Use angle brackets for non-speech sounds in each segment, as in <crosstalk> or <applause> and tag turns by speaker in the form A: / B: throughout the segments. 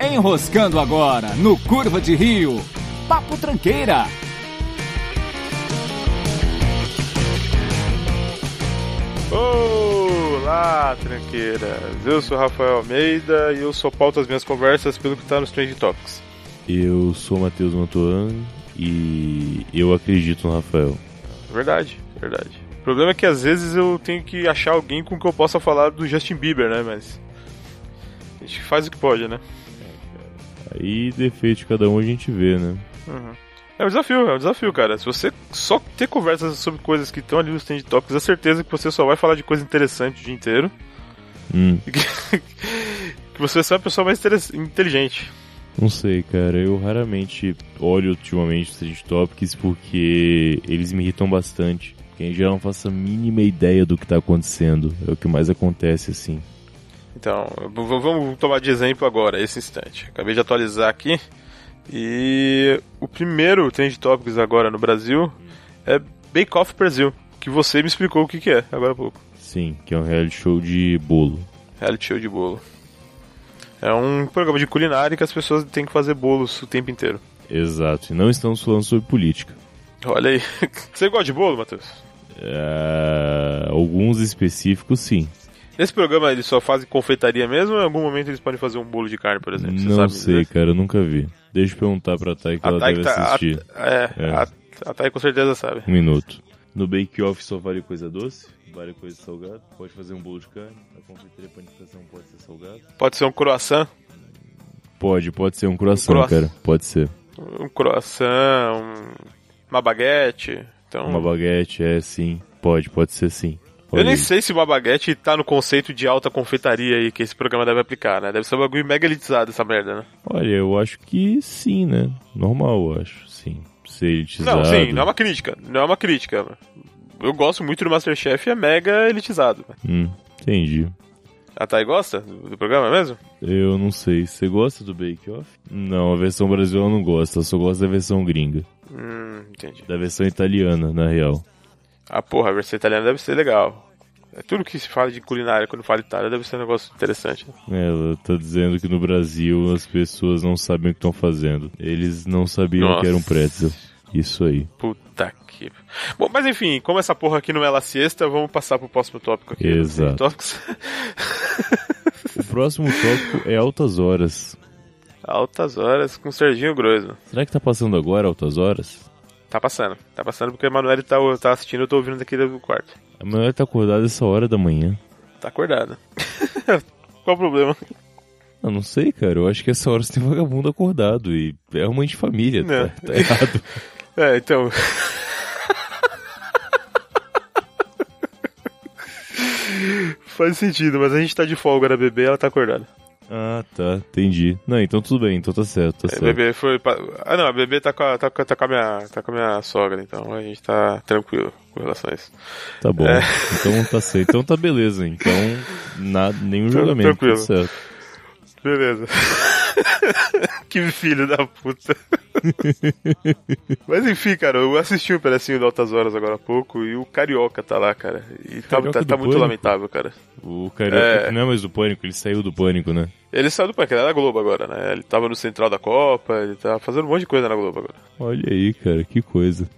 A: Enroscando agora no Curva de Rio. Papo Tranqueira.
B: Olá, tranqueiras! Eu sou Rafael Almeida e eu só pauto as minhas conversas pelo que tá nos Trend Topics.
C: Eu sou Matheus Mantuan e eu acredito no Rafael.
B: Verdade, verdade. O problema é que às vezes eu tenho que achar alguém com que eu possa falar do Justin Bieber, né? Mas. A gente faz o que pode, né?
C: Aí defeito de cada um a gente vê, né?
B: Uhum. É um desafio, é um desafio, cara. Se você só ter conversas sobre coisas que estão ali nos Trend Topics, a certeza que você só vai falar de coisa interessante o dia inteiro.
C: Hum,
B: que você é só a pessoa mais interes- inteligente.
C: não sei, cara. Eu raramente olho ultimamente os Trend Topics porque eles me irritam bastante. Porque em geral eu não faço a mínima ideia do que tá acontecendo. É o que mais acontece, assim.
B: Então, v- v- vamos tomar de exemplo agora, esse instante. Acabei de atualizar aqui. E o primeiro Trend Topics agora no Brasil é Bake Off Brasil, que você me explicou o que, que é agora há pouco.
C: Sim, que é um reality show de bolo.
B: Reality show de bolo. É um programa de culinária que as pessoas têm que fazer bolos o tempo inteiro.
C: Exato. E não estamos falando sobre política.
B: Olha aí. <laughs> Você gosta de bolo, Matheus?
C: Ah, alguns específicos, sim.
B: Nesse programa eles só fazem confeitaria mesmo ou em algum momento eles podem fazer um bolo de carne, por exemplo? Você
C: Não
B: sabe
C: sei,
B: dizer?
C: cara, eu nunca vi. Deixa eu perguntar pra Thay que
B: A
C: ela
B: Thay,
C: deve
B: que tá- a-
C: assistir.
B: é,
C: É.
B: A, a Thay com certeza sabe.
C: Um minuto. No Bake Off só vale coisa doce, vale coisa salgada, pode fazer um bolo de carne, a confeitaria e panificação pode ser salgado.
B: Pode ser um croissant,
C: Pode, pode ser um croissant,
B: Croissant.
C: cara. Pode ser.
B: um croissant, um- uma baguete. Então,
C: Uma baguete, é sim. Pode, pode ser sim.
B: eu
C: Olha
B: nem
C: aí.
B: sei se uma baguete tá no conceito de alta confeitaria aí que esse programa deve aplicar, né? Deve ser um bagulho mega elitizado essa merda, né?
C: Olha, eu acho que sim, né? Normal, eu acho, sim. Ser elitizado.
B: Não, sim, não é uma crítica. Não é uma crítica. Eu gosto muito do Masterchef e é mega elitizado.
C: Hum, entendi.
B: A Thay gosta do do programa mesmo?
C: Eu não sei. Você gosta do Bake Off? Não, a versão brasileira eu não gosto. Eu só gosto da versão gringa.
B: Hum, entendi.
C: Da versão italiana, na real.
B: Ah, porra, a versão italiana deve ser legal. É tudo que se fala de culinária quando fala Itália deve ser um negócio interessante. né?
C: Ela tá dizendo que no Brasil as pessoas não sabem o que estão fazendo. Eles não sabiam
B: Nossa.
C: que era um pretzel. Isso aí.
B: Puta que. Bom, mas enfim, como essa porra aqui não é la siesta, vamos passar pro próximo tópico aqui.
C: Exato.
B: Tópicos. <laughs>
C: O próximo tópico é altas horas.
B: Altas horas com Serginho Grosso.
C: Será que tá passando agora altas horas?
B: Tá passando. Tá passando porque a Manuela tá, tá assistindo, eu tô ouvindo daqui do quarto.
C: A mulher tá acordada essa hora da manhã.
B: Tá acordada. <laughs> Qual o problema?
C: Eu não sei, cara. Eu acho que essa hora você tem vagabundo acordado e é uma de família.
B: Não.
C: Tá, tá errado.
B: É, então. <laughs> Faz sentido, mas a gente tá de folga da bebê, ela tá acordada.
C: Ah, tá. Entendi. Não, então tudo bem. Então tá certo, tá
B: A
C: certo.
B: bebê foi. pa- Ah, não, a bebê tá com a, tá, com a- tá com a minha, tá com a minha sogra, então a gente tá tranquilo com relação a isso.
C: Tá bom.
B: É.
C: Então tá certo. Então tá beleza. Então nada, nenhum
B: Tran-
C: julgamento.
B: tranquilo.
C: Tá certo.
B: Beleza. <laughs> que filho da
C: <laughs>
B: puta. Mas enfim, cara, eu assisti um pedacinho do Altas Horas agora há pouco e o Carioca tá lá, cara. E tá,
C: Carioca
B: tá-
C: do
B: tá muito
C: Pânico?
B: lamentável, cara.
C: O Carioca
B: É.
C: que não é mais do pânico, ele saiu do pânico, né?
B: Ele saiu do Pânico, ele é da Globo agora, né? Ele tava no Central da Copa, ele tá fazendo um monte de coisa na Globo agora.
C: Olha aí, cara, que coisa.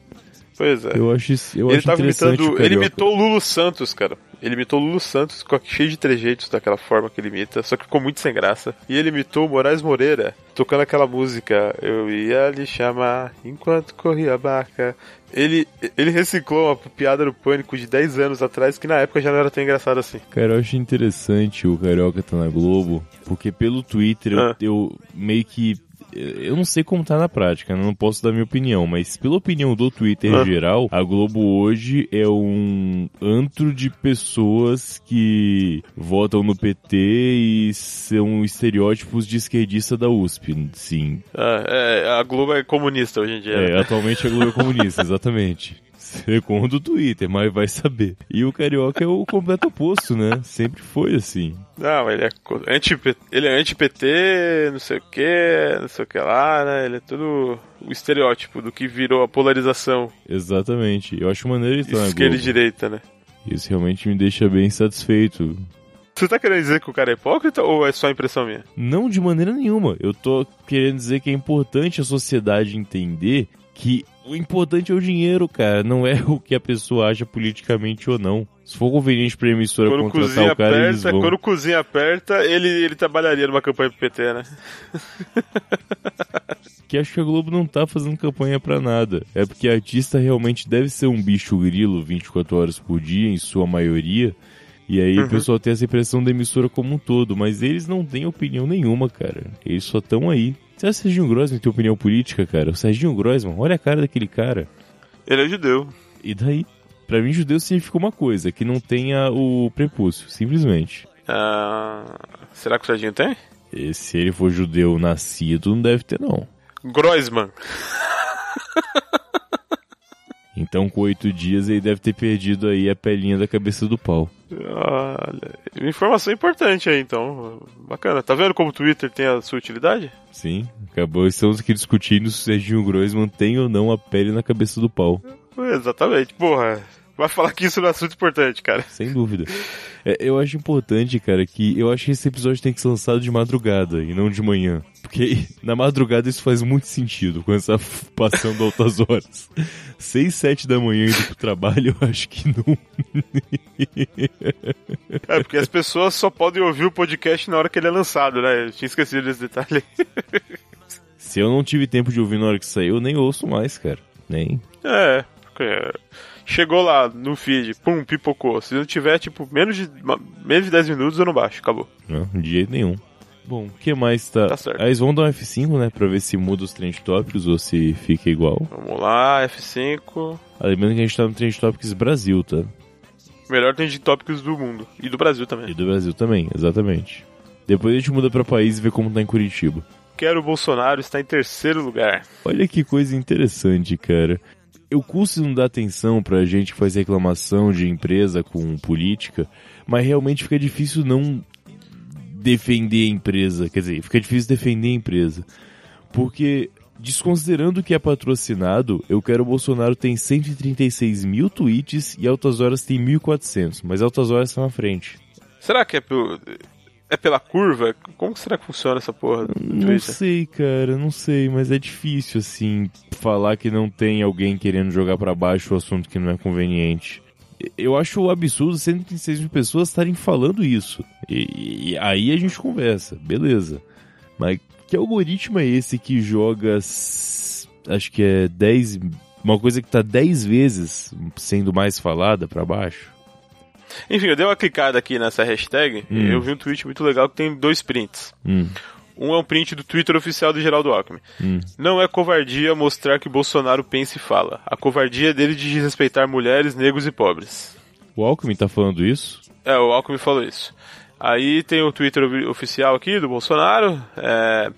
B: Pois é.
C: Eu acho, isso- eu
B: ele
C: acho
B: tava
C: interessante o
B: imitando.
C: carioca.
B: Ele imitou o Lulu Santos, cara. Ele imitou o Lulu Santos com a- cheio de trejeitos daquela forma que ele imita, só que ficou muito sem graça. E ele imitou o Moraes Moreira, tocando aquela música Eu ia lhe chamar enquanto corria a barca. Ele, ele reciclou uma piada do pânico de 10 anos atrás, que na época já não era tão engraçado assim.
C: Cara, eu acho interessante o Carioca tá na Globo, porque pelo Twitter eu-
B: Ah.
C: eu, meio que... Eu não sei como tá na prática, né? não posso dar minha opinião, mas pela opinião do Twitter
B: Ah.
C: geral, a Globo hoje é um antro de pessoas que votam no PT e são estereótipos de esquerdista da USP, sim.
B: Ah, é, a Globo é comunista hoje em dia. né?
C: É, atualmente a Globo é comunista, exatamente. Segundo o Twitter, mas vai saber. E o carioca é o completo oposto, né? Sempre foi assim.
B: Não, ele é co- anti ele é anti-PT, não sei o que, não sei o que lá, né? Ele é tudo o estereótipo do que virou a polarização
C: Exatamente. Eu acho maneiro ele estar na
B: esquerda e
C: Globo.
B: direita, é né?
C: Isso realmente me deixa bem satisfeito.
B: Você tá querendo dizer que o cara é hipócrita ou é só impressão minha?
C: Não de maneira nenhuma. Eu tô querendo dizer que é importante a sociedade entender que o importante é o dinheiro, cara, não é o que a pessoa acha politicamente ou não. Se for conveniente pra emissora
B: Quando
C: contratar
B: cozinha
C: o cara, eles
B: aperta,
C: vão.
B: quando cozinha aperta, ele, ele trabalharia numa campanha pro PT, né?
C: Que acho que a Globo não tá fazendo campanha pra nada. É porque artista realmente deve ser um bicho grilo 24 horas por dia, em sua maioria. E aí o pessoal tem essa impressão da emissora como um todo, mas eles não têm opinião nenhuma, cara. Eles só estão aí. Será que o Serginho Grosman tem opinião política, cara? O Serginho Grosman, olha a cara daquele cara.
B: Ele é judeu.
C: E daí? Pra mim, judeu significa uma coisa, que não tenha o prepúcio, simplesmente.
B: Ah, será que o Serginho tem?
C: E se ele for judeu nascido, não deve ter, não.
B: Groisman.
C: Então, com oito dias, ele deve ter perdido aí a pelinha da cabeça do pau.
B: Olha, informação importante aí, então. Bacana. Tá vendo como o Twitter tem a sua utilidade?
C: Sim, acabou. Estamos aqui discutindo se o Serginho Groisman tem ou não a pele na cabeça do pau.
B: Exatamente, porra. Vai falar que isso é um assunto importante, cara.
C: Sem dúvida. É, eu acho importante, cara, que eu acho que esse episódio tem que ser lançado de madrugada e não de manhã. Porque <laughs> na madrugada isso faz muito sentido, quando está f- <laughs> passando altas horas. seis sete da manhã indo pro trabalho, eu acho que não.
B: É, porque as pessoas só podem ouvir o podcast na hora que ele é lançado, né? Eu tinha esquecido desse detalhe.
C: Se eu não tive tempo de ouvir na hora que saiu, eu nem ouço mais, cara. Nem.
B: É, porque chegou lá no feed, pum, pipocou. Se não tiver, tipo, menos de, ma- menos de 10 minutos, eu não baixo, acabou.
C: Não, de jeito nenhum. Bom, o que mais tá.
B: Tá certo.
C: Aí eles vão dar um F5, né? Pra ver se muda os trend topics ou se fica igual.
B: Vamos lá, F5.
C: Ah, Lembrando que a gente tá no Trend Topics Brasil, tá?
B: Melhor tem de tópicos do mundo. E do Brasil
C: E
B: também.
C: do Brasil também, exatamente. Depois a gente muda pra país e vê como tá em Curitiba.
B: Quero Bolsonaro está em terceiro lugar.
C: Olha que coisa interessante, cara. Eu custo não dar atenção pra gente que faz reclamação de empresa com política, mas realmente fica difícil não defender a empresa. Quer dizer, fica difícil defender a empresa. Porque, desconsiderando que é patrocinado, eu quero o Bolsonaro tem 136 mil tweets e Altas Horas tem 1.400, mas Altas Horas estão à frente.
B: Será que é pelo. É pela curva? Como que será que funciona essa porra do
C: Não
B: Twitter?
C: sei, cara, não sei, mas é difícil, assim, falar que não tem alguém querendo jogar pra baixo o assunto que não é conveniente. E- Eu acho absurdo 136 mil pessoas estarem falando isso. E, e aí a gente conversa, beleza. Mas que algoritmo é esse que joga, s- acho que é 10, uma coisa que tá 10 vezes sendo mais falada pra baixo?
B: Enfim, eu dei uma clicada aqui nessa hashtag
C: Hum.
B: e eu vi um tweet muito legal que tem dois prints.
C: Hum,
B: Um é um print do Twitter oficial do Geraldo Alckmin.
C: hum.
B: Não é covardia mostrar que Bolsonaro pensa e fala. A covardia dele de desrespeitar mulheres, negros e pobres.
C: O Alckmin tá falando isso?
B: É, o Alckmin falou isso. Aí tem o Twitter ofi- oficial aqui do Bolsonaro. é,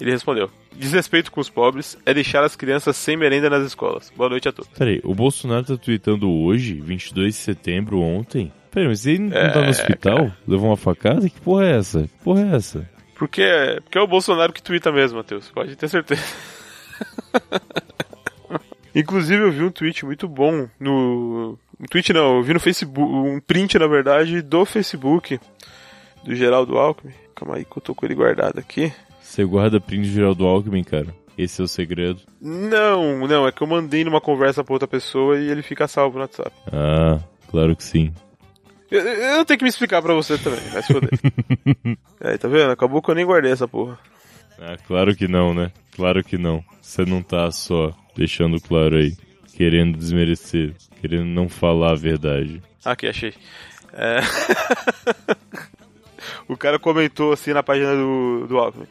B: ele respondeu: Desrespeito com os pobres é deixar as crianças sem merenda nas escolas. Boa noite a todos.
C: Peraí, o Bolsonaro tá tweetando hoje, 22 de setembro, ontem? Peraí, mas ele não
B: É,
C: tá no hospital? Levou uma facada? Que porra é essa? Que porra é essa?
B: Porque é, porque é o Bolsonaro que twitta mesmo, Matheus. Pode ter certeza. <laughs> Inclusive, eu vi um tweet muito bom no. Um tweet não, eu vi no Facebook. Um print, na verdade, do Facebook do Geraldo Alckmin. Calma aí que eu tô com ele guardado aqui.
C: Você guarda print geral do Alckmin, cara? Esse é o segredo?
B: Não, não, é que eu mandei numa conversa pra outra pessoa e ele fica salvo no WhatsApp.
C: Ah, claro que sim.
B: Eu, eu- eu tenho que me explicar pra você também, vai se foder. aí, tá vendo? Acabou que eu nem guardei essa porra.
C: Ah, claro que não, né? Claro que não. Você não tá só deixando claro aí, querendo desmerecer, querendo não falar a verdade.
B: Aqui, Ah, achei. É. <laughs> o cara comentou assim na página do, do Alckmin.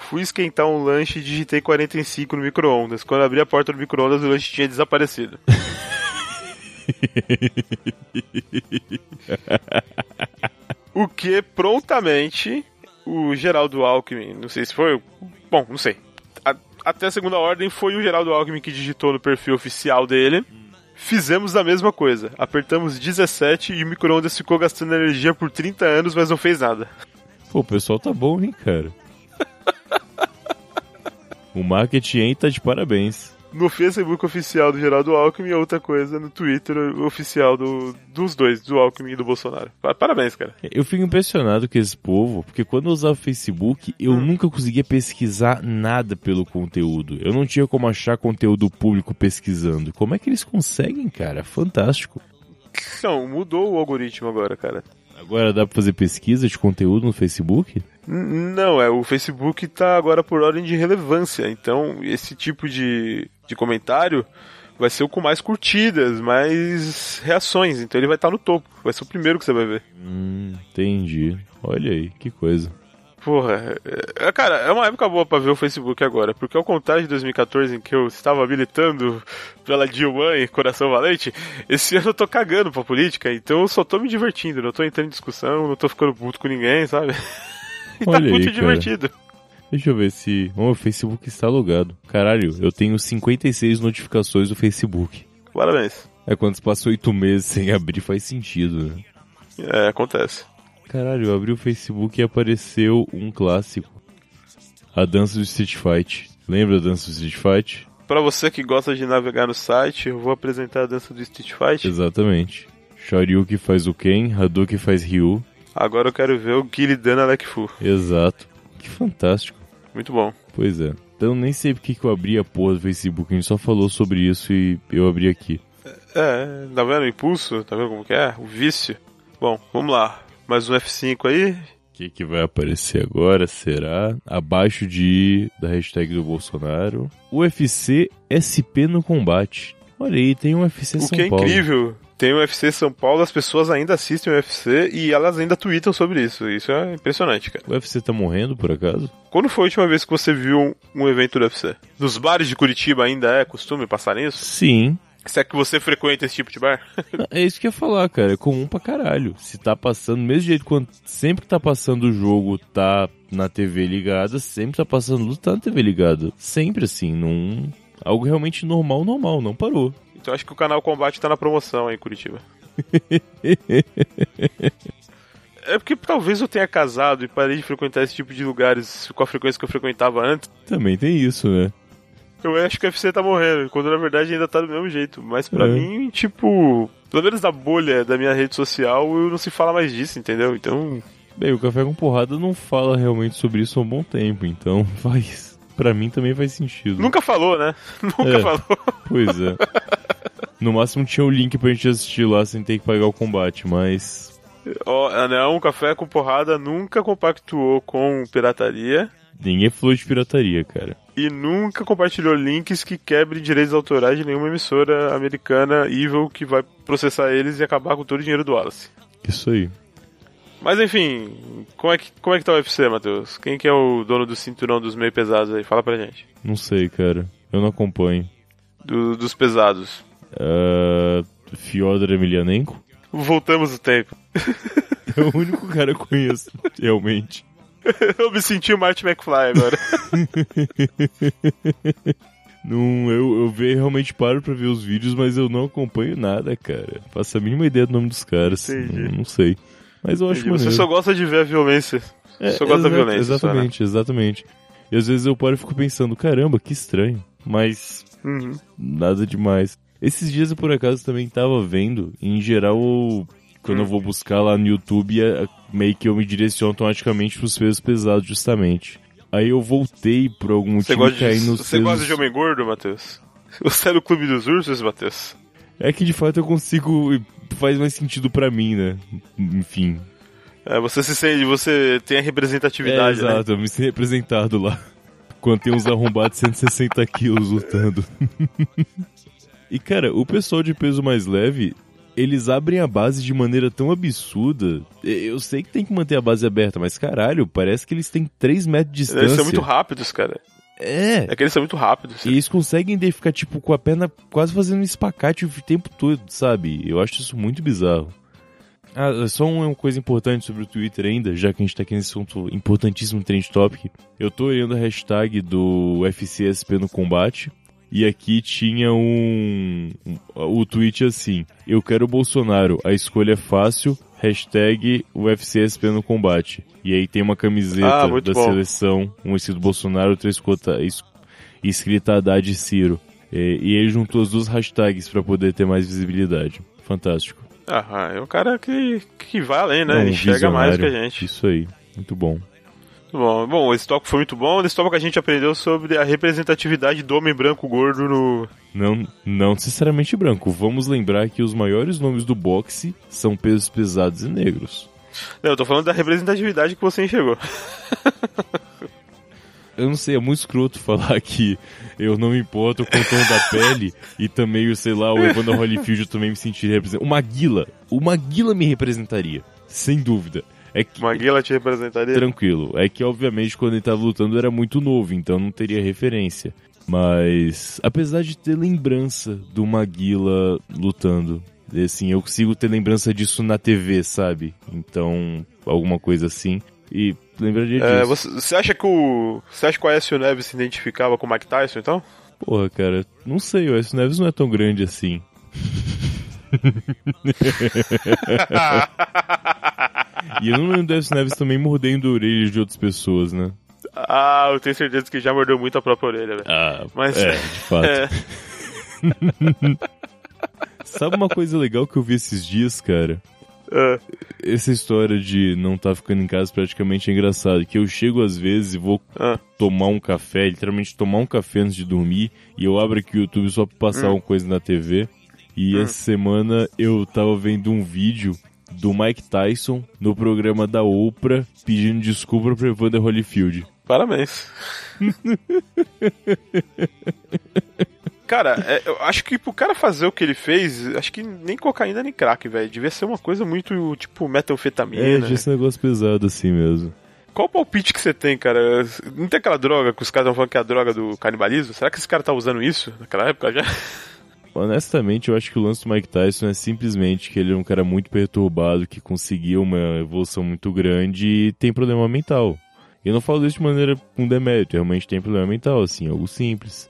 B: Fui esquentar um lanche e digitei 45 no micro-ondas. Quando abri a porta do micro-ondas, o lanche tinha desaparecido. <laughs> o que prontamente o Geraldo Alckmin, não sei se foi. o- Bom, não sei. A- até a segunda ordem foi o Geraldo Alckmin que digitou no perfil oficial dele. Fizemos a mesma coisa. Apertamos 17 e o micro-ondas ficou gastando energia por 30 anos, mas não fez nada.
C: Pô, o pessoal tá <laughs> bom, hein, cara? O marketing aí tá de parabéns.
B: no Facebook oficial do Geraldo Alckmin e outra coisa no Twitter oficial do, dos dois, do Alckmin e do Bolsonaro. Pa- Parabéns, cara.
C: Eu fico impressionado com esse povo, porque quando eu usava o Facebook, eu nunca conseguia pesquisar nada pelo conteúdo. Eu não tinha como achar conteúdo público pesquisando. Como é que eles conseguem, cara? Fantástico.
B: Não, mudou o algoritmo agora, cara.
C: Agora dá pra fazer pesquisa de conteúdo no Facebook?
B: N- Não, é, o Facebook tá agora por ordem de relevância, então esse tipo de, de comentário vai ser o com mais curtidas, mais reações, então ele vai estar no topo, vai ser o primeiro que você vai ver.
C: Hum, entendi. Olha aí, que coisa.
B: Porra, é- é- cara, é uma época boa pra ver o Facebook agora, porque ao contrário de 2014, em que eu estava militando pela Dilma e Coração Valente, esse <laughs> ano eu tô cagando pra política, então eu só tô me divertindo, não tô entrando em discussão, não tô ficando puto com ninguém, sabe? <laughs> E tá
C: Olha aí,
B: muito
C: cara.
B: divertido.
C: Deixa eu ver se. Oh, o Facebook está logado. Caralho, eu tenho 56 notificações do Facebook.
B: Parabéns.
C: É quando você passa oito meses sem abrir, faz sentido, né?
B: É, acontece.
C: Caralho, eu abri o Facebook e apareceu um clássico. A dança do Street Fight. Lembra da dança do Street Fight?
B: Pra você que gosta de navegar no site, eu vou apresentar a dança do Street Fight.
C: Exatamente. Shoryuki faz o Ken, Hadouken faz Ryu.
B: Agora eu quero ver o Guile dando Alec Fu.
C: Exato. Que fantástico.
B: Muito bom.
C: Pois é. Então nem sei porque que eu abri a porra do Facebook, a gente só falou sobre isso e eu abri aqui.
B: É, tá vendo o impulso? Tá vendo como que é? O vício. Bom, vamos lá. Mais um F5 aí.
C: O que, que vai aparecer agora será abaixo de da hashtag do Bolsonaro. UFC SP no combate. Olha aí, tem um UFC
B: o
C: São
B: que é
C: Paulo.
B: incrível. Tem o UFC São Paulo, as pessoas ainda assistem o UFC e elas ainda tweetam sobre isso. Isso é impressionante, cara.
C: O UFC tá morrendo por acaso?
B: Quando foi a última vez que você viu um, um evento do UFC? Nos bares de Curitiba ainda é costume passar nisso?
C: Sim.
B: Se é que você frequenta esse tipo de bar?
C: Não, É isso que eu ia falar, cara. É comum pra caralho. Se tá passando, mesmo jeito quando sempre que tá passando o jogo, tá na TV ligada, sempre tá passando luta, tá na TV ligada. Sempre assim, num. Algo realmente normal, normal, não parou.
B: Então acho que o canal Combate tá na promoção aí em
C: <laughs>
B: Curitiba. é porque talvez eu tenha casado e parei de frequentar esse tipo de lugares com a frequência que eu frequentava antes.
C: Também tem isso, né?
B: Eu acho que o UFC tá morrendo, quando na verdade ainda tá do mesmo jeito. Mas pra
C: É.
B: mim, tipo, pelo menos na bolha da minha rede social, eu não se fala mais disso, entendeu? Então,
C: Bem, o Café com Porrada não fala realmente sobre isso há um bom tempo, então <laughs> faz. Pra mim também faz sentido.
B: nunca falou, né? <laughs> Nunca
C: É.
B: falou.
C: Pois é. No máximo tinha o link pra gente assistir lá sem ter que pagar o combate, mas.
B: Ó, não, o café com porrada nunca compactuou com pirataria.
C: Ninguém falou de pirataria, cara.
B: e nunca compartilhou links que quebrem direitos autorais de nenhuma emissora americana evil que vai processar eles e acabar com todo o dinheiro do Wallace.
C: Isso aí.
B: Mas enfim, como é que, como é que tá o UFC, Matheus? Quem que é o dono do cinturão dos meio pesados aí? Fala pra gente.
C: Não sei, cara. Eu não acompanho.
B: Do- dos pesados.
C: Ah, Fiodor Emelianenko? <laughs>
B: Voltamos o tempo. <laughs>
C: É o único cara que eu conheço, <laughs> realmente.
B: Eu me senti o Marty McFly agora.
C: Não, eu, eu ve- realmente paro pra ver os vídeos, mas eu não acompanho nada, cara. Faço a mínima ideia do nome dos caras.
B: Entendi.
C: Não, não sei. Mas eu <laughs> acho
B: Entendi. Você
C: maneiro.
B: só gosta de ver a violência.
C: É,
B: só gosta da
C: exato-
B: violência, só, né?
C: Exatamente, exatamente. E às vezes eu paro e fico pensando, caramba, que estranho. Mas
B: Uhum.
C: Nada demais. Esses dias eu por acaso também tava vendo, e, em geral, eu- quando eu vou buscar lá no YouTube, é- é- meio que eu me direciono automaticamente pros pesos pesados, justamente. Aí eu voltei por algum
B: Você,
C: motivo
B: gosta
C: e caí
B: de,
C: nos
B: você
C: pesos-
B: gosta de homem gordo, Matheus? Você é do Clube dos Ursos, Matheus?
C: É que de fato eu consigo. Faz mais sentido pra mim, né? Enfim.
B: É, você se sente, você tem a
C: É,
B: representatividade, né?
C: exato, eu me sinto representado lá. Quando tem uns arrombados de 160 quilos lutando. e cara, o pessoal de peso mais leve, eles abrem a base de maneira tão absurda. E- Eu sei que tem que manter a base aberta, mas caralho, parece que eles têm 3 metros de distância.
B: Eles são é muito rápidos, cara.
C: É.
B: É que eles são muito rápidos.
C: E eles conseguem daí ficar, tipo, com a perna quase fazendo um espacate o tempo todo, sabe? Eu acho isso muito bizarro. Ah, só um- uma coisa importante sobre o Twitter ainda, já que a gente tá aqui nesse assunto importantíssimo Trend Topic. Eu tô olhando a hashtag do FCSP no combate. E aqui tinha um, um- O tweet assim: Eu quero o Bolsonaro, a escolha é fácil. Hashtag UFCSP no combate. E aí tem uma camiseta
B: Ah, muito
C: da
B: bom.
C: seleção, um escrito Bolsonaro, três cota, es- escrita Haddad e Ciro. E, e ele juntou as duas hashtags pra poder ter mais visibilidade. Fantástico.
B: Ah, é um cara que, que vai além, né?
C: É um
B: Enxerga mais do que a
C: visionário.
B: gente.
C: Isso aí. Muito bom.
B: Muito bom. Bom, esse toque foi muito bom. Nesse toque a gente aprendeu sobre a representatividade do homem branco gordo no.
C: Não, não necessariamente branco. Vamos lembrar que os maiores nomes do boxe são pesos pesados e negros.
B: Não, eu tô falando da representatividade que você enxergou. <laughs>
C: Eu não sei, é muito escroto <laughs> falar que eu não me importo com o tom da pele e também, o, sei lá, o Evander Holyfield eu também me sentiria representado. O Maguila, o Maguila me representaria, sem dúvida. É que,
B: Maguila te representaria.
C: tranquilo, é que obviamente quando ele tava lutando eu era muito novo, então não teria referência. Mas, apesar de ter lembrança do Maguila lutando, e, assim, eu consigo ter lembrança disso na TV, sabe? Então, alguma coisa assim. E lembraria disso.
B: É, você, você acha que o. Você acha que o Aécio Neves se identificava com o Mike Tyson, então?
C: Porra, cara, não sei, o Aécio Neves não é tão grande assim. E eu não lembro do Aécio Neves também mordendo orelhas de outras pessoas, né?
B: ah, eu tenho certeza que já mordeu muito a própria orelha, velho.
C: Ah,
B: Mas-
C: é, de fato.
B: É.
C: <laughs> Sabe uma coisa legal que eu vi esses dias, cara?
B: É.
C: Essa história de não tá ficando em casa praticamente é engraçado. Que eu chego às vezes e vou
B: Ah.
C: tomar um café, literalmente tomar um café antes de dormir, e eu abro aqui o YouTube só pra passar uma coisa na TV. E essa semana eu tava vendo um vídeo do Mike Tyson no programa da Oprah pedindo desculpa pro Evander Holyfield.
B: Parabéns. cara, é, eu acho que pro cara fazer o que ele fez, acho que nem cocaína nem crack, velho. Devia ser uma coisa muito, tipo,
C: É,
B: metanfetamina.
C: tinha esse negócio pesado assim mesmo.
B: Qual o palpite que você tem, cara? Não tem aquela droga que os caras estão falando que é a droga do canibalismo? Será que esse cara tá usando isso naquela época já? <laughs>
C: Honestamente, eu acho que o lance do Mike Tyson é simplesmente que ele é um cara muito perturbado, que conseguiu uma evolução muito grande e tem problema mental. Eu não falo isso de maneira com demérito, realmente tem problema mental, assim, algo simples.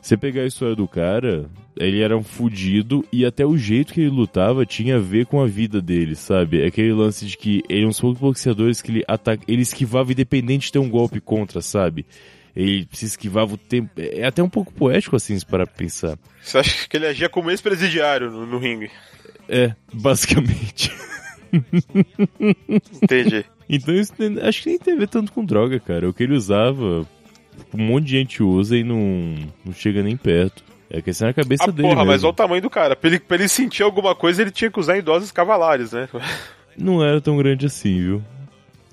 C: Você pegar a história do cara, ele era um fudido e até o jeito que ele lutava tinha a ver com a vida dele, sabe? É Aquele lance de que ele é um dos poucos boxeadores que ele, ataca, ele esquivava independente de ter um golpe contra, sabe? Ele se esquivava o tempo. É até um pouco poético, assim, se parar pra pensar.
B: Você acha que ele agia como ex-presidiário no, no ringue?
C: É, basicamente. <laughs>
B: Entendi.
C: Então isso nem- acho que nem tem a ver tanto com droga, cara. O que ele usava, um monte de gente usa e não, não chega nem perto. É a questão na cabeça
B: ah,
C: dele.
B: porra, mas
C: mesmo.
B: olha o tamanho do cara. Pra ele, pra ele sentir alguma coisa, ele tinha que usar em doses cavalares, né?
C: Não era tão grande assim, viu?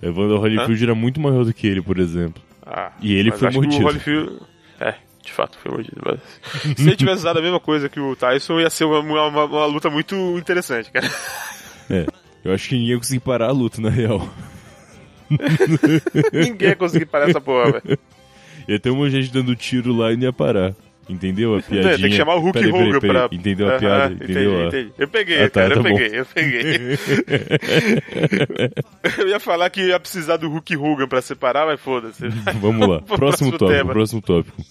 C: Evander Holyfield era muito maior do que ele, por exemplo.
B: Ah,
C: E ele
B: mas
C: foi
B: acho que o
C: mordido.
B: Holyfield- É, de fato, foi mordido.
C: <laughs>
B: Mas... Se ele tivesse usado a mesma coisa que o Tyson, ia ser uma, uma- uma- uma luta muito interessante, cara. <laughs>
C: É. Eu acho que ninguém ia conseguir parar a luta, na real. <laughs>
B: Ninguém ia conseguir parar essa porra, velho.
C: Ia ter uma gente dando tiro lá e não ia parar. Entendeu
B: <laughs>
C: a <laughs> piadinha?
B: Não, É, Tem que chamar o Hulk
C: Peraí, peraí,
B: Hogan
C: peraí.
B: pra.
C: Entendeu a
B: Aham,
C: piada?
B: entendi,
C: entendeu? a-
B: entendi. Eu peguei,
C: Ah, tá,
B: cara, eu
C: tá bom.
B: peguei, eu peguei. eu ia falar que ia precisar do Hulk Hogan pra separar, mas
C: <laughs>
B: foda-se.
C: <laughs> Vamos lá.
B: Pro
C: Próximo
B: <laughs> próximo
C: tópico,
B: tema. É
C: próximo tópico.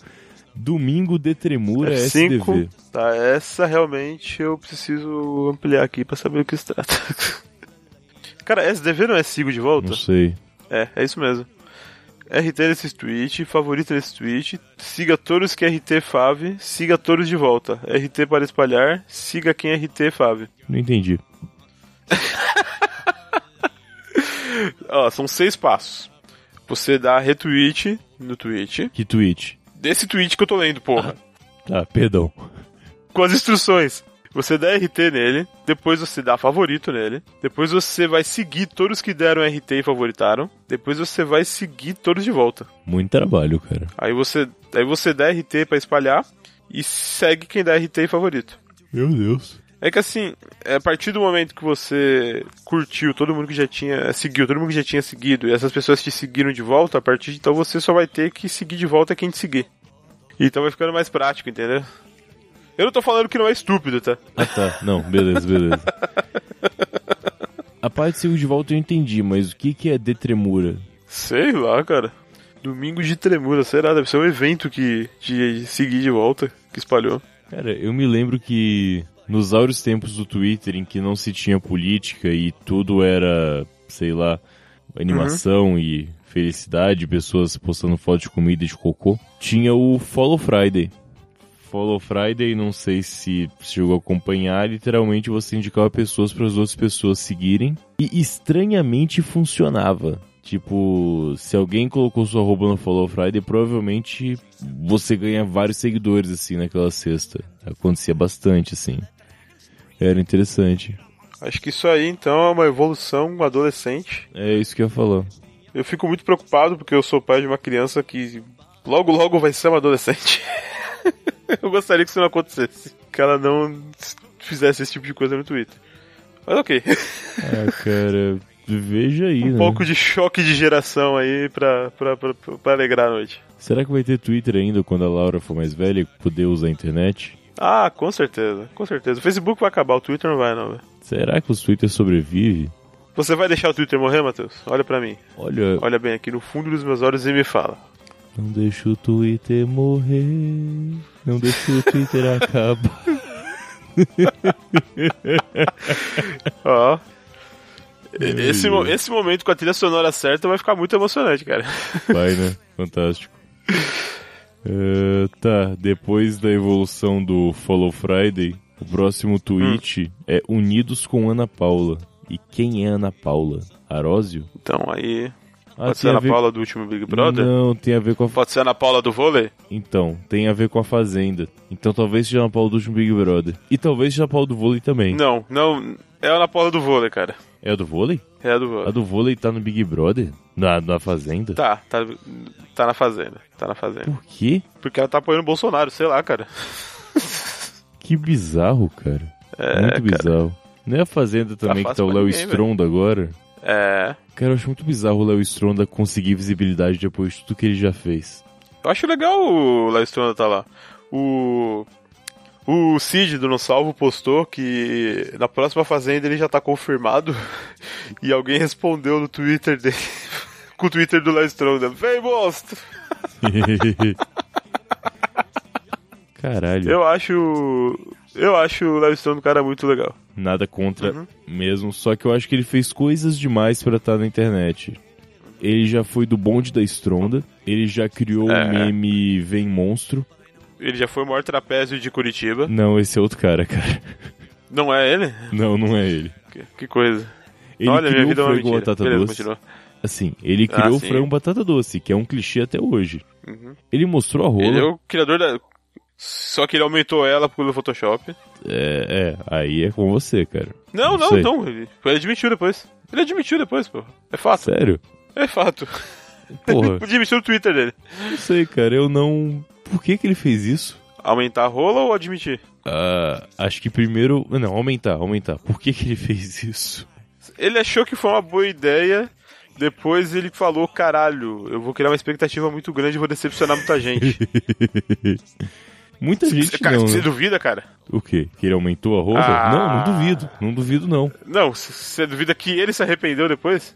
C: Domingo de Tremura é
B: Cinco.
C: SDV.
B: Tá, essa realmente eu preciso ampliar aqui pra saber o que se trata. <laughs> Cara, SDV não é sigo de volta?
C: Não sei.
B: É, é isso mesmo. RT nesse tweet, favorita nesse tweet, siga todos que RT Fave, siga todos de volta. RT para espalhar, siga quem RT Fave.
C: Não entendi.
B: Ó, são seis passos. Você dá retweet no tweet,
C: Que tweet?
B: desse tweet que eu tô lendo, porra,
C: Ah, perdão.
B: com as instruções. Você dá RT nele, depois você dá favorito nele, depois você vai seguir todos que deram RT e favoritaram, depois você vai seguir todos de volta.
C: Muito trabalho, cara.
B: Aí você, aí você dá RT pra espalhar e segue quem dá RT e favorito.
C: Meu Deus.
B: É que assim, é, a partir do momento que você curtiu todo mundo que já tinha é, seguiu, todo mundo que já tinha seguido, e essas pessoas te seguiram de volta, a partir de então você só vai ter que seguir de volta quem te seguir. Então vai ficando mais prático, entendeu? Eu não tô falando que não é estúpido, tá?
C: Ah, tá. Não, beleza, beleza. A parte de sigo de volta eu entendi, mas o que que é de Tremura?
B: Sei lá, cara. Domingo de tremura, será? Deve ser um evento que de seguir de volta, que espalhou.
C: Cara, eu me lembro que nos áureos tempos do Twitter, em que não se tinha política e tudo era, sei lá, animação e felicidade, pessoas postando foto de comida e de cocô, tinha o Follow Friday. Follow Friday, não sei se chegou a acompanhar, literalmente você indicava pessoas para as outras pessoas seguirem e estranhamente funcionava. Tipo, se alguém colocou sua roupa no Follow Friday, provavelmente você ganha vários seguidores assim naquela sexta. Acontecia bastante assim. Era interessante.
B: Acho que isso aí então é uma evolução adolescente.
C: É isso que eu ia falar.
B: Eu fico muito preocupado porque eu sou pai de uma criança que logo logo vai ser uma adolescente. <laughs> eu gostaria que isso não acontecesse. Que ela não fizesse esse tipo de coisa no Twitter. Mas ok. <laughs>
C: Ah, cara, veja aí,
B: Um
C: né?
B: pouco de choque de geração aí pra, pra, pra, pra alegrar a noite.
C: Será que vai ter Twitter ainda quando a Laura for mais velha e poder usar a internet?
B: Ah, com certeza, com certeza. O Facebook vai acabar, o Twitter não vai, não. velho.
C: Será que o Twitter sobrevive?
B: Você vai deixar o Twitter morrer, Matheus? Olha pra mim.
C: Olha,
B: Olha bem aqui no fundo dos meus olhos e me fala.
C: não deixa o Twitter morrer. Não deixa o Twitter <laughs> acabar.
B: Ó. Esse, mo- esse momento com a trilha sonora certa vai ficar muito emocionante, cara.
C: Vai, né? Fantástico. Ah, tá, depois da evolução do Follow Friday, o próximo tweet
B: Hum.
C: é Unidos com Ana Paula. E quem é Ana Paula? Arósio?
B: Então aí.
C: Ah,
B: Pode ser
C: tem
B: a
C: a
B: Ana
C: ver-
B: Paula do último Big Brother?
C: Não, tem a ver com a
B: Pode ser a Ana Paula do vôlei?
C: Então, tem a ver com a Fazenda. Então talvez seja Ana Paula do último Big Brother. E talvez seja a Paula do vôlei também.
B: Não, não. É a Ana Paula do vôlei, cara.
C: É a do vôlei?
B: É a do
C: A
B: vôlei.
C: do vôlei tá no Big Brother? Na, na Fazenda?
B: Tá, tá, tá na fazenda. Tá na fazenda.
C: Por quê?
B: Porque ela tá apoiando o Bolsonaro, sei lá, cara.
C: Que bizarro, cara.
B: É,
C: muito
B: cara.
C: bizarro. Não é a Fazenda também que
B: fácil
C: tá o
B: pra
C: Léo
B: ninguém,
C: Stronda agora?
B: É.
C: Cara, eu acho muito bizarro o Léo Stronda conseguir visibilidade depois de tudo que ele já fez. <laughs>
B: Eu acho legal o Léo Stronda tá lá. O. O Cid do Não Salvo postou que na próxima fazenda ele já tá confirmado. <laughs> E alguém respondeu no Twitter dele. <laughs> Com o Twitter do Léo Stronda. Vem, monstro!
C: Caralho.
B: Eu acho. Eu acho o Léo Stronda um cara muito legal.
C: Nada contra
B: Uhum.
C: mesmo, só que eu acho que ele fez coisas demais pra estar na internet. Ele já foi do bonde da estronda, ele já criou o
B: É.
C: meme Vem Monstro.
B: Ele já foi o maior trapézio de Curitiba.
C: Não, esse é outro cara, cara.
B: Não é ele?
C: Não, não é ele.
B: Que- Que coisa.
C: Ele
B: Olha, minha
C: criou o
B: vida é uma
C: frango
B: mentira.
C: batata
B: Beleza,
C: doce.
B: continua.
C: Assim, ele
B: Ah,
C: criou o
B: sim.
C: frango batata doce, que é um clichê até hoje.
B: Uhum.
C: Ele mostrou a rola.
B: Ele é o criador da. Só que ele aumentou ela pelo Photoshop.
C: É, é, aí é com você, cara.
B: Não,
C: Não
B: não,
C: sei.
B: não. Ele, ele admitiu depois. Ele admitiu depois, pô. É fato.
C: Sério?
B: É fato.
C: Porra,
B: <laughs> Ele admitiu no Twitter dele.
C: não sei, cara. Eu não. Por que que ele fez isso?
B: Aumentar a rola ou admitir?
C: Ah, acho que primeiro. Não, aumentar, aumentar. Por que, que ele <laughs> fez isso?
B: Ele achou que foi uma boa ideia. Depois ele falou: caralho, eu vou criar uma expectativa muito grande e vou decepcionar muita
C: <laughs>
B: gente.
C: Muita gente
B: cara,
C: não.
B: você
C: Né?
B: duvida, cara?
C: O quê? Que ele aumentou a roupa?
B: Ah.
C: Não, não duvido. Não duvido, não.
B: Não, c- você duvida que ele se arrependeu depois?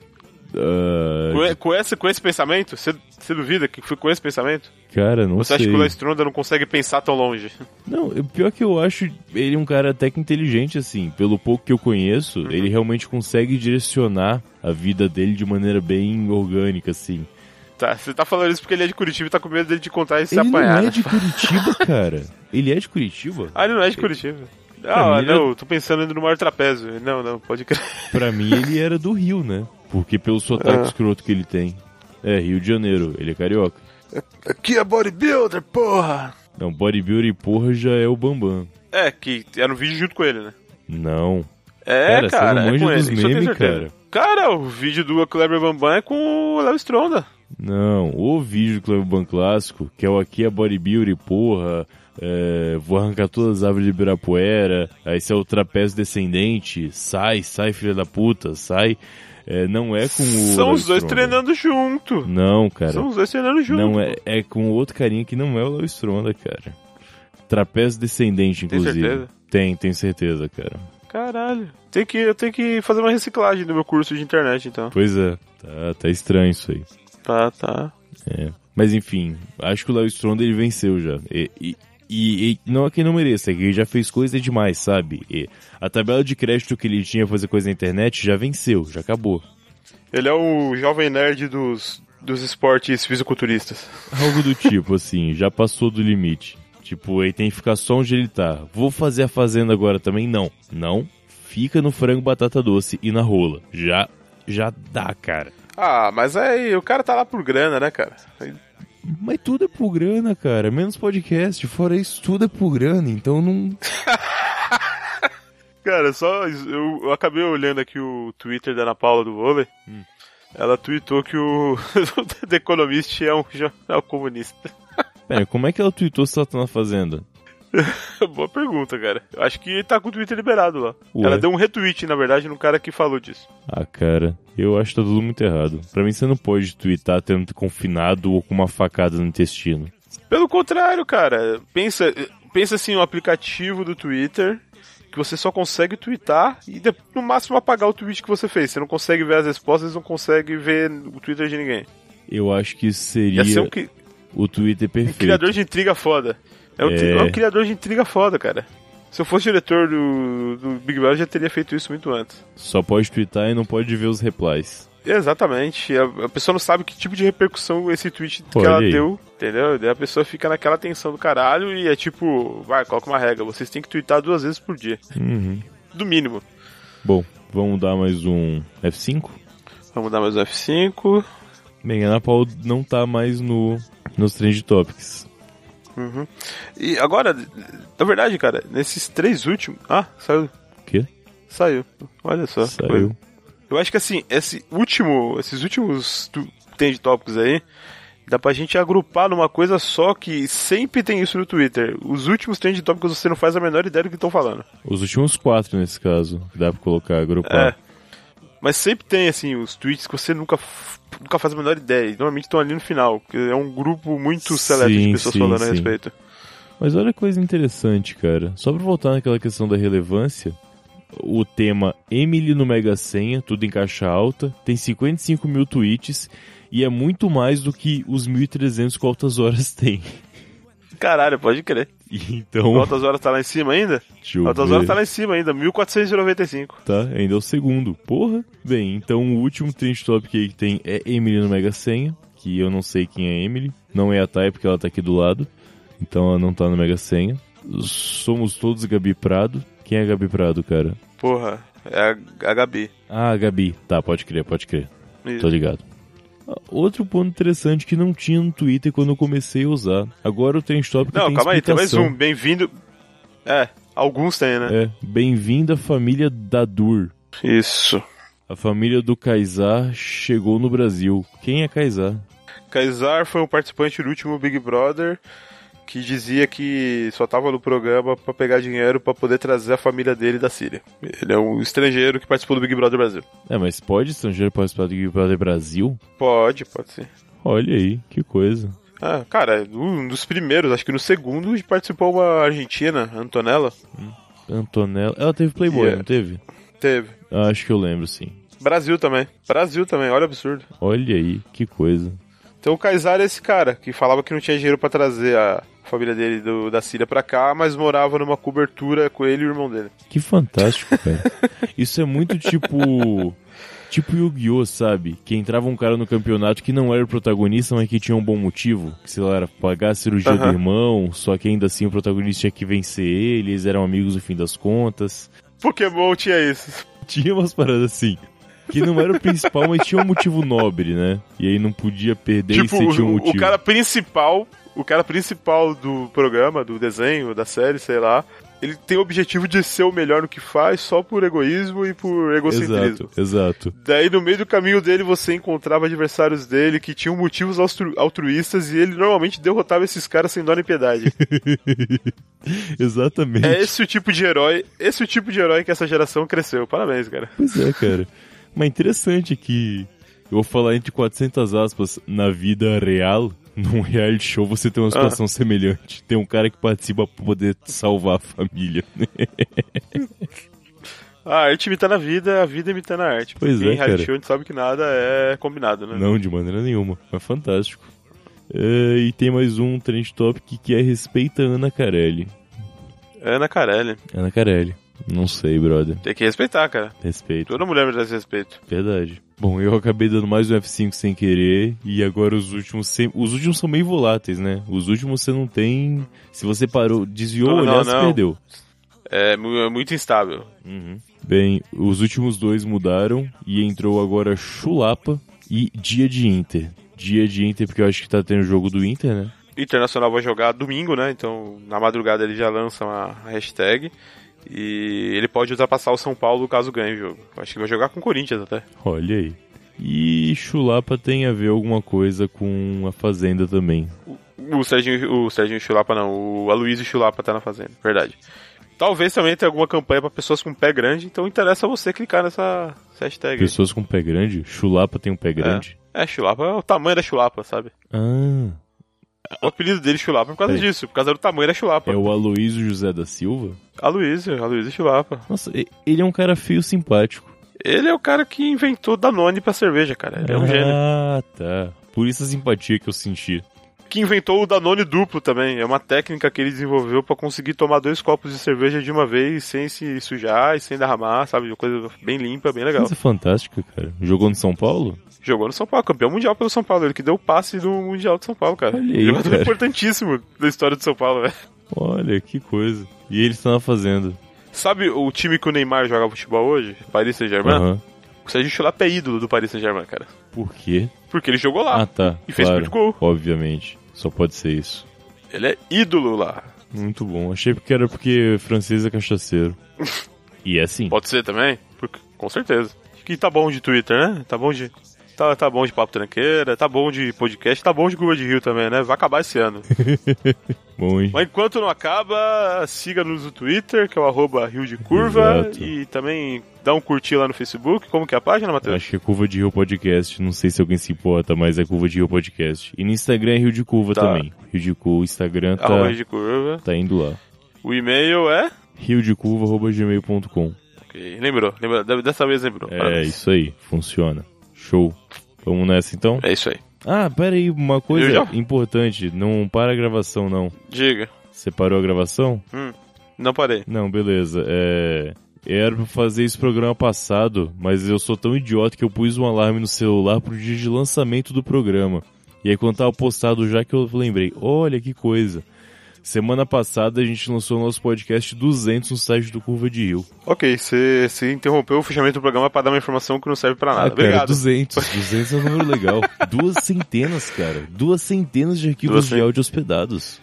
C: Ah,
B: Com, e- com esse, com esse pensamento? Você, você duvida que foi com esse pensamento?
C: cara, não
B: Você
C: sei.
B: acha que o Lestronda não consegue pensar tão longe? <laughs>
C: Não, o pior que eu acho ele um cara até que inteligente, assim. Pelo pouco que eu conheço,
B: Uhum.
C: ele realmente consegue direcionar a vida dele de maneira bem orgânica, assim.
B: Tá, você tá falando isso porque ele é de Curitiba e tá com medo dele de contar e se
C: ele
B: apanhar.
C: não
B: né?
C: é de Curitiba, cara. Ele é de Curitiba?
B: Ah, ele não é de Curitiba.
C: Pra
B: Ah,
C: mim,
B: não, tô pensando no maior trapézio. Não, não, pode crer.
C: Pra mim, ele era do Rio, né? Porque pelo sotaque
B: Ah.
C: escroto que ele tem. É, Rio de Janeiro, ele é carioca.
B: <laughs> Aqui é bodybuilder, porra!
C: Não, bodybuilder, porra, já é o Bambam.
B: É, que era no vídeo junto com ele, né?
C: Não.
B: É,
C: Cara,
B: cara,
C: você não
B: é
C: manja
B: com ele,
C: dos
B: isso eu tenho
C: memes,
B: certeza. Cara, o vídeo do Kleber Bambam é com o Léo Stronda.
C: Não, o vídeo do Clube Ban Clássico, que é o Aqui é Bodybuilder, porra, é, vou arrancar todas as árvores de Ibirapuera, aí esse é o trapézio descendente, sai, sai, filha da puta, sai. É, não é com o.
B: São
C: Léo
B: os dois
C: Stronda.
B: treinando junto.
C: Não, cara.
B: São os dois treinando junto.
C: Não, é, é com outro carinha que não é o Léo Stronda, cara. Trapézio descendente,
B: Tem
C: inclusive.
B: certeza?
C: Tem, tenho certeza, cara.
B: Caralho. Tem que, eu tenho que fazer uma reciclagem do meu curso de internet, então.
C: Pois é, tá, tá estranho isso aí.
B: Tá, tá.
C: É. Mas enfim, acho que o Léo Stronda ele venceu já. E, e- e- e não é que não mereça, é que ele já fez coisa demais, sabe? E a tabela de crédito que ele tinha pra fazer coisa na internet já venceu, já acabou.
B: Ele é o jovem nerd dos, dos esportes fisiculturistas.
C: Algo do tipo, assim, já passou do limite. Tipo, ele tem que ficar só onde ele tá. Vou fazer a fazenda agora também? Não. Não. Fica no frango batata doce e na rola. Já, já dá, cara.
B: Ah, mas aí o cara tá lá por grana, né, cara?
C: Mas tudo é por grana, cara. Menos podcast. Fora isso, tudo é por grana. Então não.
B: Cara, só. Eu, eu acabei olhando aqui o Twitter da Ana Paula do vôlei.
C: Hum.
B: Ela tweetou que o <laughs> The Economist é um jornal comunista. <laughs>
C: Pera, como é que ela tweetou se ela tá na fazenda?
B: Boa pergunta, cara. Eu acho que tá com o Twitter liberado lá.
C: Ué.
B: Ela deu um retweet, na verdade, no cara que falou disso.
C: Ah, cara, eu acho que tá tudo muito errado. Pra mim, você não pode twittar tendo confinado ou com uma facada no intestino.
B: Pelo contrário, cara. Pensa, pensa assim, um aplicativo do Twitter que você só consegue twittar e de- no máximo apagar o tweet que você fez. Você não consegue ver as respostas, não consegue ver o Twitter de ninguém.
C: Eu acho que seria
B: Ia ser um, cri-
C: o Twitter
B: um
C: é perfeito.
B: criador de intriga foda. É um, tri-
C: É.
B: é um criador de intriga foda, cara. Se eu fosse diretor do, do Big Brother, eu já teria feito isso muito antes.
C: Só pode twittar e não pode ver os replies.
B: Exatamente. A, a pessoa não sabe que tipo de repercussão esse tweet que
C: Olha
B: ela
C: aí.
B: deu, entendeu? Daí a pessoa fica naquela tensão do caralho e é tipo, vai, coloca uma regra, vocês têm que twittar duas vezes por dia.
C: Uhum.
B: Do mínimo.
C: Bom, vamos dar mais um F5?
B: Vamos dar mais um F5.
C: Bem, a Ana Paula não tá mais no nos Trend Topics.
B: Uhum. E agora, na verdade, cara, nesses três últimos. Ah, saiu.
C: O quê?
B: Saiu. Olha só. que coisa.
C: Saiu.
B: Eu acho que assim, esse último, esses últimos tu- tem de tópicos aí, dá pra gente agrupar numa coisa só que sempre tem isso no Twitter. Os últimos trend tópicos você não faz a menor ideia do que estão falando.
C: Os últimos quatro nesse caso, que dá pra colocar,
B: É.
C: agrupar.
B: Mas sempre tem, assim, os tweets que você nunca, f- nunca faz a menor ideia. E normalmente estão ali no final, porque é um grupo muito seleto
C: Sim,
B: de pessoas
C: sim,
B: falando a
C: sim.
B: respeito.
C: Mas olha a coisa interessante, cara. Só pra voltar naquela questão da relevância, o tema Emily no Mega Senha, tudo em caixa alta, tem 55 mil tweets e é muito mais do que os 1.300 que o Altas Horas <laughs> tem.
B: Caralho, pode crer.
C: E
B: O
C: Então,
B: Altas Horas tá lá em cima ainda?
C: deixa eu
B: O Altas Horas
C: ver.
B: tá lá em cima ainda, 1495.
C: Tá, ainda é o segundo. Porra! Bem, então o último trend topic aí que tem é Emily no Mega Senha, que eu não sei quem é Emily. Não é a Thay, porque ela tá aqui do lado. Então ela não tá no Mega Senha. Somos todos Gabi Prado. Quem é Gabi Prado, cara?
B: Porra, é a, a Gabi.
C: Ah, Gabi. Tá, pode crer, pode crer.
B: Isso.
C: Tô ligado. Ah, Outro ponto interessante que não tinha no Twitter quando eu comecei a usar. Agora o trend topic
B: Não,
C: tem
B: calma aí, tem mais
C: explicação.
B: um. Bem-vindo. É, alguns tem, né?
C: É, bem-vindo à família Dadur.
B: Isso.
C: A família do Kaysar chegou no Brasil. Quem é Kaysar?
B: Kaysar foi um participante do último Big Brother que dizia que só tava no programa pra pegar dinheiro pra poder trazer a família dele da Síria. Ele é um estrangeiro que participou do Big Brother Brasil.
C: É, mas pode estrangeiro participar do Big Brother Brasil?
B: Pode, pode ser.
C: Olha aí, que coisa.
B: Ah, cara, um dos primeiros, acho que no segundo participou uma argentina, Antonella.
C: Antonella. Ela teve Playboy,
B: Yeah.
C: não teve?
B: Teve.
C: Ah, Acho que eu lembro, sim.
B: Brasil também. Brasil também, olha o absurdo.
C: Olha aí, que coisa.
B: Então o Kaysar é esse cara que falava que não tinha dinheiro pra trazer a família dele do- da Síria pra cá, mas morava numa cobertura com ele e o irmão dele.
C: Que fantástico, cara. <laughs> Isso é muito tipo. Tipo Yu-Gi-Oh, sabe? Que entrava um cara no campeonato que não era o protagonista, mas que tinha um bom motivo. Que, sei lá, era pagar a cirurgia do
B: Aham.
C: irmão, só que ainda assim o protagonista tinha que vencer ele, eles eram amigos no fim das contas.
B: Pokémon tinha isso.
C: Tinha umas paradas assim. Que não era o principal, mas tinha um motivo nobre, né? E aí não podia perder
B: tipo,
C: e sentir um
B: o,
C: motivo.
B: o cara principal, o cara principal do programa, do desenho, da série, sei lá, ele tem o objetivo de ser o melhor no que faz só por egoísmo e por egocentrismo.
C: Exato, exato. <laughs>
B: Daí no meio do caminho dele você encontrava adversários dele que tinham motivos altru- altruístas e ele normalmente derrotava esses caras sem dó nem piedade.
C: <laughs> Exatamente.
B: É esse o tipo de herói, esse o tipo de herói que essa geração cresceu. Parabéns, cara.
C: Pois é, cara. Mas interessante que eu vou falar entre 400 aspas na vida real. Num reality show você tem uma situação semelhante. Tem um cara que participa pra poder salvar a família.
B: A Ah, arte imitando a vida, a vida imitando a arte.
C: Pois
B: Porque
C: é,
B: em reality
C: cara.
B: show a gente sabe que nada é combinado, né?
C: Não, de maneira nenhuma. Mas fantástico. É, e tem mais um trend topic que é respeita a Ana Carelli.
B: Ana Carelli.
C: Ana Carelli. Não sei, brother.
B: Tem que respeitar, cara.
C: Respeito.
B: Toda mulher merece respeito.
C: Verdade. Bom, eu acabei dando mais um F5 sem querer, e agora os últimos sem- os últimos são meio voláteis, né? Os últimos você não tem. Se você parou, desviou o
B: Não, não,
C: olhar, você
B: não. Uhum.
C: perdeu.
B: É, mu- é muito instável.
C: Bem, os últimos dois mudaram e entrou agora Chulapa e Dia de Inter. Dia de Inter, porque eu acho que tá tendo jogo do Inter, né?
B: Internacional vai jogar domingo, né? Então, na madrugada ele já lança uma hashtag. E ele pode ultrapassar o São Paulo caso ganhe o jogo. Acho que vai jogar com o Corinthians até.
C: Olha aí. E Chulapa tem a ver alguma coisa com a Fazenda também.
B: O Serginho, o Serginho Chulapa não, o Aloysio Chulapa tá na fazenda, verdade. Talvez também tenha alguma campanha pra pessoas com pé grande, então interessa você clicar nessa nessa hashtag. aí.
C: Pessoas com pé grande? Chulapa tem um pé grande?
B: É, Chulapa é o tamanho da Chulapa, sabe?
C: Ah,
B: O apelido dele Chulapa é por causa
C: Peraí.
B: disso, por causa do tamanho da Chulapa.
C: é o Aloysio José da Silva?
B: Aloysio, Aloysio Chulapa.
C: Nossa, e- ele é um cara feio simpático.
B: Ele é o cara que inventou Danone pra cerveja, cara. Ele é um gênio.
C: Ah, tá. Por isso a simpatia que eu senti.
B: Que inventou o Danone duplo também. É uma técnica que ele desenvolveu pra conseguir tomar dois copos de cerveja de uma vez sem se sujar e sem derramar, sabe? Uma coisa bem limpa, bem
C: <laughs>
B: legal.
C: Coisa fantástica, cara. Jogou no São Paulo?
B: Jogou no São Paulo, campeão mundial pelo São Paulo. Ele que deu o passe do Mundial de São Paulo, cara. é um
C: Olha aí,
B: Jogador
C: cara.
B: importantíssimo da história do São Paulo, velho.
C: Olha, que coisa. E ele está na Fazenda.
B: Sabe o time que o Neymar joga futebol hoje? Paris Saint-Germain?
C: Aham.
B: O Sérgio Chulapa é ídolo do Paris Saint-Germain, cara.
C: Por quê?
B: Porque ele jogou lá.
C: Ah, tá.
B: e fez
C: claro,
B: muito gol.
C: Obviamente. Só pode ser isso.
B: Ele é ídolo lá.
C: Muito bom. Achei que era porque francês é
B: <laughs>
C: cachaceiro. e é assim.
B: Pode ser também? Porque- com certeza. Acho que tá bom de Twitter, né? Tá bom de. Tá, tá bom de papo tranqueira, tá bom de podcast, tá bom de curva de rio também, né? Vai acabar esse ano.
C: Bom, hein?
B: Mas enquanto não acaba, siga-nos no Twitter, que é o arroba Rio de Curva.
C: Exato.
B: E também dá um curtir lá no Facebook. Como que é a página, Matheus?
C: Acho que é Curva de Rio Podcast. Não sei se alguém se importa, mas é Curva de Rio Podcast. E no Instagram é Rio de Curva
B: Tá.
C: também. Rio de Curva, Instagram tá,
B: Arroba Rio de Curva.
C: tá indo lá.
B: O e-mail é.
C: Rio de Curva.gmail.com.
B: Ok, Lembrou, lembrou. Deve- Dessa vez lembrou.
C: É
B: Parabéns.
C: isso aí. Funciona. Show. Vamos nessa então?
B: É isso aí.
C: Ah, pera aí, uma
B: Eu
C: coisa
B: já-
C: importante. Não para a gravação, não.
B: Diga.
C: Você parou a gravação?
B: Não parei.
C: Não, beleza. É. Era pra fazer esse programa passado, mas eu sou tão idiota que eu pus um alarme no celular pro dia de lançamento do programa. E aí quando tava postado já que eu lembrei, olha que coisa. Semana passada a gente lançou o nosso podcast 200 no site do Curva de Rio.
B: Ok, você você interrompeu o fechamento do programa pra dar uma informação que não serve pra nada.
C: Ah, cara,
B: Obrigado.
C: 200. 200 é um número legal. Duas centenas, cara. Duas centenas de arquivos
B: Duas
C: de
B: cen-
C: áudio hospedados.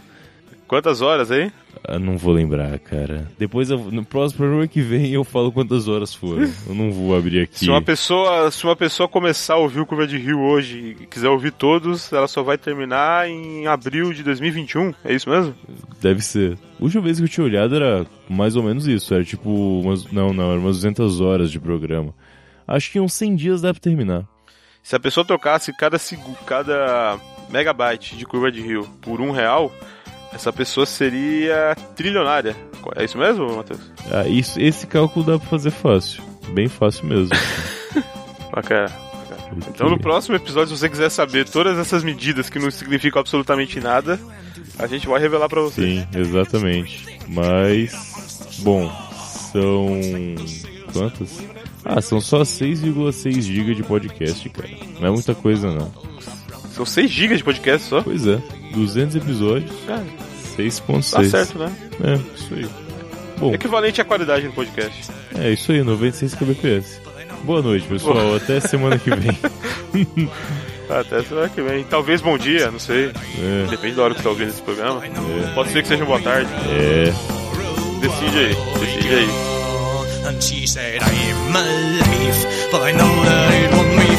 B: Quantas horas aí?
C: Ah, não vou lembrar, cara. Depois, eu- no próximo programa que vem, eu falo quantas horas foram. Eu não vou abrir aqui.
B: Se uma pessoa, se uma pessoa começar a ouvir o Curva de Rio hoje e quiser ouvir todos, ela só vai terminar em abril de 2021. É isso mesmo?
C: Deve ser. A última vez que eu tinha olhado era mais ou menos isso. Era tipo umas. Não, não, era umas 200 horas de programa. Acho que uns 100 dias dá pra terminar.
B: Se a pessoa trocasse cada segu- cada megabyte de Curva de Rio por um real, essa pessoa seria trilionária. É isso mesmo, Matheus?
C: Ah, isso, esse cálculo dá pra fazer fácil. Bem fácil mesmo.
B: Bacana. Então no próximo episódio, se você quiser saber todas essas medidas que não significam absolutamente nada, a gente vai revelar pra você.
C: Sim, exatamente. Mas. Bom, são. Quantas? Ah, são só 6,6 GB de podcast, cara. Não é muita coisa, não.
B: São 6 GB de podcast só.
C: Pois é, 200 episódios,
B: Ah,
C: 6,6.
B: tá certo, né?
C: É, isso aí. Bom,
B: Equivalente à qualidade do podcast.
C: É isso aí, 96 kbps. Boa noite, pessoal. Até semana que
B: <laughs>
C: vem.
B: Ah, Até semana que vem. Talvez bom dia, não sei. Depende da hora que você tá ouvindo esse programa. Pode ser que seja boa tarde.
C: É. é.
B: Decide aí, decide aí.
D: And she said, I'm alive, but I know that it won't be Oh, Oh,